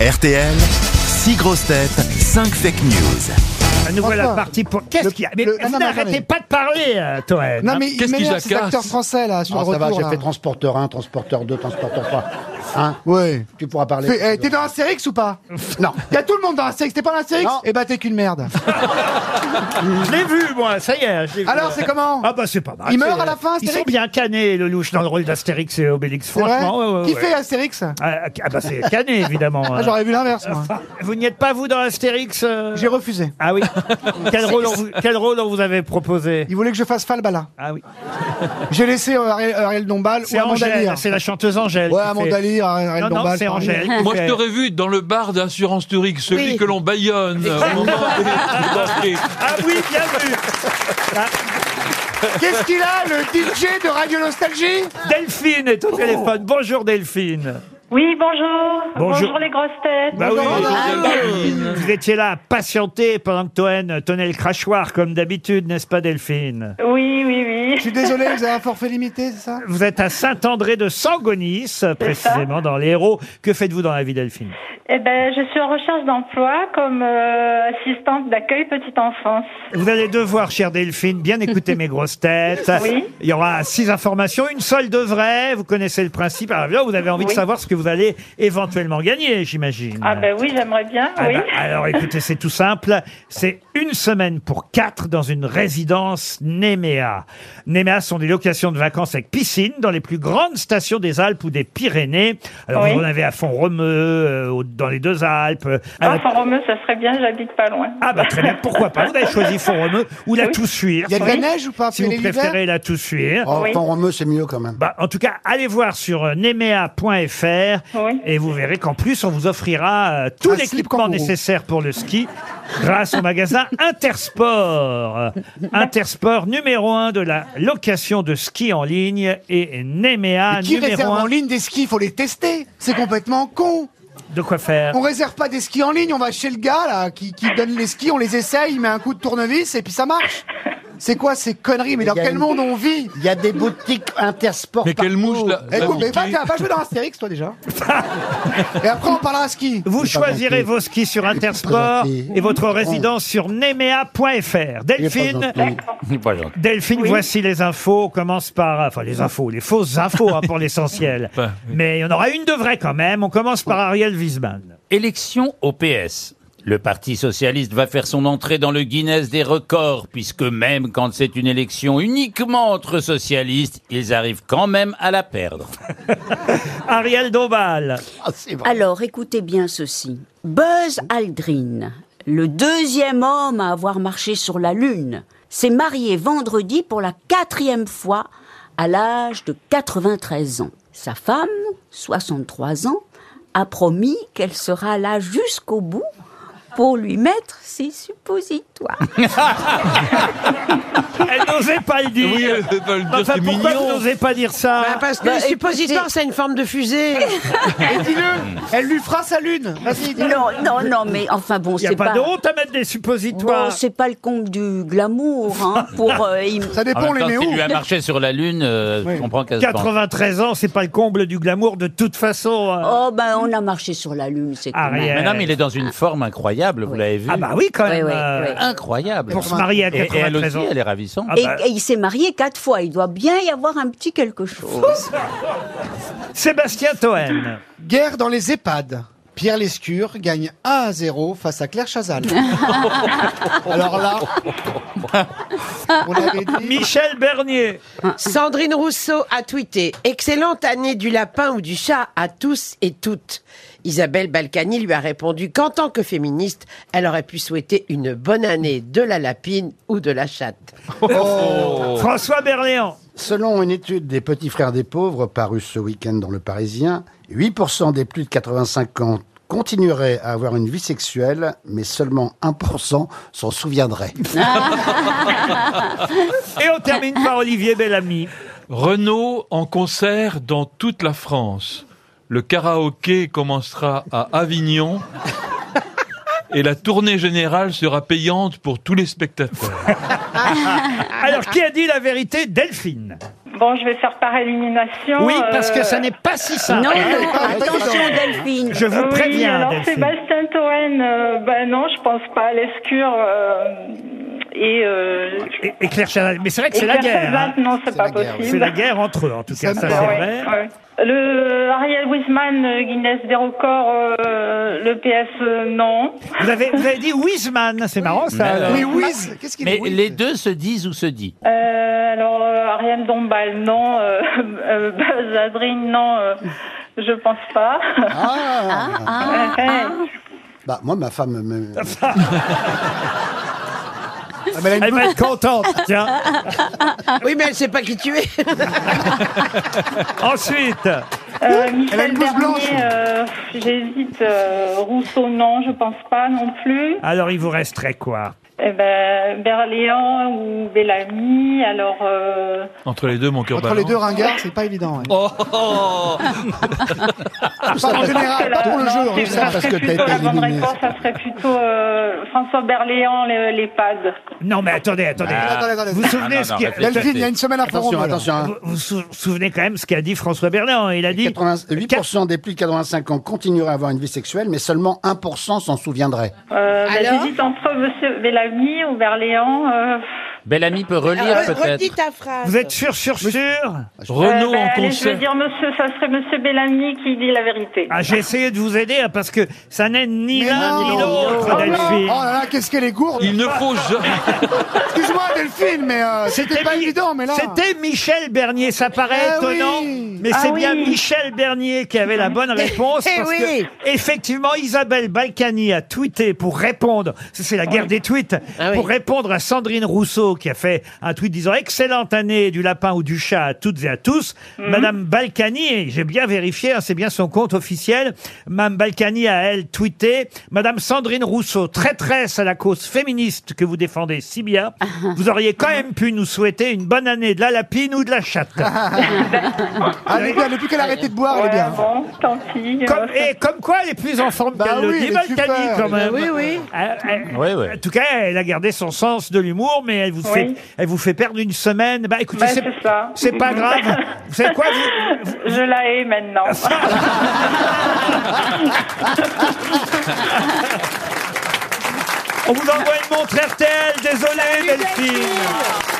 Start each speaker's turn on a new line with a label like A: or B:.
A: RTL, 6 grosses têtes, 5 fake news.
B: Ah, Nous voilà
C: Enfin,
B: partis pour. Qu'est-ce
C: le-
B: qu'il y a Mais
C: le-
B: vous
C: non, non, mais
B: n'arrêtez
C: attendez.
B: pas de parler, euh, Toen.
C: Non, mais il
D: Qu'est-ce qui
C: m'énerve
D: la
C: ces
D: casse
C: acteurs français, là, sur
E: Ah,
C: le
E: ça va,
C: retour,
E: j'ai
C: là.
E: fait transporteur 1, transporteur 2, transporteur 3. Hein
C: Ouais.
E: Tu pourras parler.
C: Fais- eh, t'es dans Astérix ou pas
E: Non.
C: Y'a tout le monde dans Astérix, t'es pas dans Astérix
E: Non.
C: Eh bah, t'es qu'une merde.
B: Je l'ai vu, moi, ça y est. je l'ai vu.
C: Alors, c'est comment
B: Ah, bah, c'est pas mal.
C: Il
B: c'est-
C: meurt à la fin,
B: Ils sont
C: Astérix
B: bien canés, le louche, dans le rôle d'Astérix et Obélix.
C: C'est vrai
B: Franchement, ouais, ouais,
C: Qui
B: ouais.
C: fait Astérix
B: Ah, ah, bah, c'est cané, évidemment.
C: Ah,
B: hein.
C: J'aurais vu l'inverse, moi.
B: Vous n'y êtes pas, vous, dans Astérix euh
C: J'ai refusé.
B: Ah oui. quel, rôle on vous, quel rôle on vous avait proposé
C: Il voulait que je fasse Falbala.
B: Ah oui.
C: J'ai laissé euh, Ariel, Ariel Dombal
B: C'est
C: ou Amandali.
B: Angèle,
C: hein.
B: c'est la chanteuse Angèle.
C: Ouais,
B: qui fait-
C: Amandali, Ariel
B: Non, non,
C: Dombal.
B: c'est
C: pareil.
B: Angèle. qui
D: Moi, je
B: fait-
D: t'aurais vu dans le bar d'assurance Tourique, celui que l'on baillonne euh, au moment des- des banquets.
B: Ah oui, bien vu.
C: Qu'est-ce qu'il a, le DJ de Radio Nostalgie
B: Delphine est au
C: Oh.
B: téléphone. Bonjour, Delphine.
F: Oui, bonjour.
B: Bonjour.
F: bonjour. les grosses têtes.
B: Bah oui,
C: Bonjour,
B: vous- vous étiez là à patienter pendant que Toen tenait le crachoir, comme d'habitude, n'est-ce pas, Delphine
F: Oui, oui,
C: Je
F: oui.
C: suis désolé, vous avez un forfait limité, c'est ça
B: Vous êtes à Saint-André de Sangonis, précisément, dans les Hérault. Que faites-vous dans la vie, Delphine
F: Eh ben, je suis en recherche d'emploi comme euh, assistante d'accueil petite enfance.
B: Vous allez devoir, chère Delphine, bien écouter mes grosses têtes.
F: Oui.
B: Il y aura six informations, une seule de vraie. Vous connaissez le principe. Alors là, vous avez envie de
F: Oui.
B: savoir ce que vous allez éventuellement gagner, j'imagine.
F: Ah ben oui, j'aimerais bien,
B: Ah
F: oui.
B: bah, alors écoutez, c'est tout simple. C'est une semaine pour quatre dans une résidence Néméa. Néméa sont des locations de vacances avec piscine dans les plus grandes stations des Alpes ou des Pyrénées. Alors
F: Oui.
B: vous en avez à Font-Romeu, euh, au- dans les deux Alpes. euh, à la-
F: Enfin, Romeu, ça serait bien, j'habite pas loin.
B: Ah bah très bien, pourquoi pas. Vous avez choisi Font-Romeu ou la Toussuire.
C: Il y a de la neige ou pas
B: Si
C: Puis
B: vous
C: l'hiver
B: préférez la Toussuire.
E: Oh,
F: Oui.
E: Ton Romeu, c'est mieux quand même.
B: Bah, en tout cas, allez voir sur euh, nemea.fr
F: Oui.
B: et vous verrez qu'en plus, on vous offrira euh, tout
C: Un slip
B: l'équipement
C: kangourou.
B: nécessaire pour le ski grâce au magasin Intersport. Euh,
C: Bah.
B: Intersport numéro un de la location de ski en ligne et Nemea
C: Mais Qui
B: numéro
C: réserve en
B: un
C: ligne des skis Il faut les tester. C'est complètement con.
B: de quoi faire.
C: On réserve pas des skis en ligne, on va chez le gars là, qui, qui donne les skis, on les essaye, il met un coup de tournevis et puis ça marche. C'est quoi ces conneries Mais dans
E: Il y a
C: quel
E: une-
C: monde on vit
E: Il y a des boutiques intersport.
D: Mais quelle
E: partout.
D: mouche, là.
C: Eh, Écoute, mais
D: Niqué.
C: va, va jouer dans Astérix toi déjà. et après on parlera ski.
B: Vous
E: C'est pas
B: choisirez
E: gentil.
B: vos skis sur Intersport
E: gentil.
B: et votre résidence sur nemea.fr.
E: Il est pas
B: Delphine,
E: gentil.
B: Delphine, voici les infos. On commence par, enfin les infos, les fausses infos hein, pour l'essentiel.
D: Ben, oui.
B: Mais il y en aura une de vraie quand même. On commence par Ariel Wiesmann.
G: Élection au PS. Le Parti socialiste va faire son entrée dans le Guinness des records, puisque même quand c'est une élection uniquement entre socialistes, ils arrivent quand même à la perdre.
B: Ariel Dombal.
E: Ah, c'est vrai.
H: Alors écoutez bien ceci. Buzz Aldrin, le deuxième homme à avoir marché sur la Lune, s'est marié vendredi pour la quatrième fois à l'âge de 93 ans. Sa femme, 63 ans, a promis qu'elle sera là jusqu'au bout pour lui mettre ses suppositoires.
B: Elle n'osait pas le dire.
D: Oui, elle veut pas le dire,
B: Enfin,
D: c'est
B: pourquoi
D: mignon.
B: vous n'osez pas dire ça
I: Parce
E: Bah,
I: que le suppositoire, c'est une forme de fusée.
C: Et dis-le, elle lui fera sa lune. Vas-y, dis-le.
H: Non, non, non, mais enfin bon,
B: Il n'y a
H: c'est
B: pas
H: pas...
B: de honte à mettre des
H: Bon,
B: suppositoires.
H: c'est pas le compte du glamour, hein, pour... euh, im-
C: Ça
G: En
C: dépend
G: même
C: les
G: temps,
C: néos.
G: si lui a marché sur la Lune, euh, je comprends qu'elle se pense.
B: 93 ans, c'est pas le comble du glamour de toute façon. hein.
H: Oh, ben, on a marché sur la Lune, c'est quand même...
B: Ariel.
G: Mais non, mais il est dans une forme incroyable, vous l'avez vu.
B: Ah bah Ah. oui, quand
H: Oui,
B: même.
H: oui,
B: euh,
H: oui.
G: Incroyable.
B: Pour se marier à
G: Et- et elle
B: 93
G: aussi,
B: ans.
G: elle est ravissante.
B: Ah
H: Et,
B: bah,
H: et il s'est marié quatre fois. Il doit bien y avoir un petit quelque
B: Oh,
H: chose.
B: Sébastien Toen.
C: Guerre dans les EHPAD. Pierre Lescure gagne 1 à 0 face à Claire Chazal. Alors là, on l'avait dit.
B: Michel Bernier.
I: Sandrine Rousseau a tweeté Excellente année du lapin ou du chat à tous et toutes. Isabelle Balkany lui a répondu qu'en tant que féministe, elle aurait pu souhaiter une bonne année de la lapine ou de la chatte.
B: François Berléand.
E: Selon une étude des Petits Frères des Pauvres parue ce week-end dans Le Parisien, 8% des plus de 85 ans continueraient à avoir une vie sexuelle, mais seulement 1% s'en souviendraient.
B: Et on termine par Olivier Bellamy.
D: Renaud en concert dans toute la France. Le karaoké commencera à Avignon. Et la tournée générale sera payante pour tous les spectateurs.
B: Alors, qui a dit la vérité Delphine.
F: Bon, je vais faire par élimination.
B: Oui, parce que ça
F: euh,
B: n'est pas si simple.
H: Non, non, attention Delphine.
B: Je vous
F: oui,
B: préviens,
F: alors
B: Delphine.
F: Sébastien Toen, euh, ben non, je pense pas à l'escure. euh, et euh,
B: Et, et Claire Chazal. Mais c'est vrai que c'est la
F: et
B: guerre. hein.
F: Persevante, non, c'est
E: C'est
F: pas
E: la guerre, oui.
B: C'est
F: possible.
B: la guerre entre eux, en tout cas, ça c'est
E: Ça me
F: Ben Ouais,
B: vrai.
F: ouais. Le Ariel Wiesman, euh, Guinness des records, euh, le PS, euh, non.
B: Vous avez, vous avez dit Wiseman, c'est marrant ça.
G: Mais alors-
C: Mais Wiz, qu'est-ce qu'il
G: Mais
C: Wiz
G: les deux se disent ou se dit.
F: Euh, alors, euh, Ariane Dombal, non. Euh, euh, Buzz Aldrin, non. euh, je pense pas.
E: Ah,
F: Ouais.
E: Bah, moi, ma femme me.
C: Ah, mais elle a
B: Elle
C: une-
B: va être contente. Tiens.
I: Oui, mais elle sait pas qui tu es.
B: Ensuite,
F: Euh,
C: Elle a une blouse
F: Michel
C: blanche.
F: Bernier, euh, j'hésite. euh, Rousseau, non, je pense pas non plus.
B: alors il vous resterait quoi
F: Eh ben, Berléand ou Bellamy, alors... euh,
D: Entre les deux, mon cœur
C: Entre les
D: balance.
C: deux ringards, c'est pas évident. ouais.
D: Oh, oh, oh.
C: Pas en général, pas pour le
F: non,
C: jeu.
F: c'est-
C: hein,
F: ça
C: ça, parce
F: serait
C: que t'as
F: plutôt
C: été
F: la bonne
C: éliminé.
F: réponse, ça serait plutôt euh, François Berléand, les, les pads.
B: Non, mais attendez, attendez.
C: Attendez, attendez.
B: Vous vous souvenez
G: Ah. non,
B: ce
G: non,
B: qu'il-
G: réfléchissez.
C: Delphine, il y a une semaine à
E: Attention,
C: Forum, alors.
E: attention. hein.
B: Vous vous sou- souvenez quand même ce qu'a dit François Berléand. Il a dit
E: 88% des plus de 85 ans continueraient à avoir une vie sexuelle, mais seulement 1% s'en souviendrait.
F: Euh, ben,
I: Alors
F: J'hésite entre Monsieur Bellamy ou Berléand. euh,
G: Bel ami
B: Ah,
G: peut
B: euh,
G: relire
I: Alors, redis
G: peut-être.
I: ta phrase.
B: Vous êtes sûr, sûr, sûr
D: Renault
F: euh, ben,
D: en
F: allez, je vais
D: concert.
F: dire monsieur, ça serait Monsieur Bellamy qui dit la vérité.
B: ah, J'ai essayé de vous aider hein, parce que ça n'est ni
C: Mais
B: l'un
C: non,
B: ni
C: non,
B: l'autre,
C: non.
B: Delphine.
C: Ah, Oh là là, qu'est-ce qu'elle est gourde
D: Il ne faut jamais.
C: Excuse-moi Delphine, mais euh, c'était pas
B: Mi-
C: évident, mais là...
B: C'était Michel Bernier, ça paraît
C: Ah
B: étonnant,
C: oui.
B: mais
F: Ah
B: c'est
F: oui.
B: bien Michel Bernier qui avait la bonne réponse.
I: Eh
B: parce
I: oui.
B: que, effectivement, Isabelle Balkany a tweeté pour répondre, ça, c'est la guerre des tweets,
I: Ah oui.
B: pour répondre à Sandrine Rousseau qui a fait un tweet disant Excellente année du lapin ou du chat à toutes et à tous.
I: Mhm.
B: Madame Balkany, et j'ai bien vérifié, hein, c'est bien son compte officiel, Madame Balkany a elle tweeté Madame Sandrine Rousseau, traîtresse à la cause féministe que vous défendez si bien,
I: Ah.
B: vous auriez quand même pu nous souhaiter une bonne année de la lapine ou de la chatte.
C: Ah, elle est bien, depuis qu'elle a arrêté de boire, elle est bien.
F: Ouais, bon, tant pis.
B: Comme,
F: euh,
B: et comme quoi, elle est plus en forme
C: Bah
B: qu'elle le
C: oui,
B: dit,
C: elle est
B: Balkany,
C: super.
B: quand même.
I: oui, oui.
B: Ah, ah,
G: Oui, oui.
B: En tout cas, elle a gardé son sens de l'humour, mais elle vous,
F: Oui.
B: fait, elle vous fait perdre une semaine. Bah écoutez,
F: Ouais,
B: c'est,
F: c'est ça.
B: c'est pas grave. vous savez quoi vous- vous-
F: Je la hais maintenant.
B: On vous envoie une montre RTL, désolé Delphine.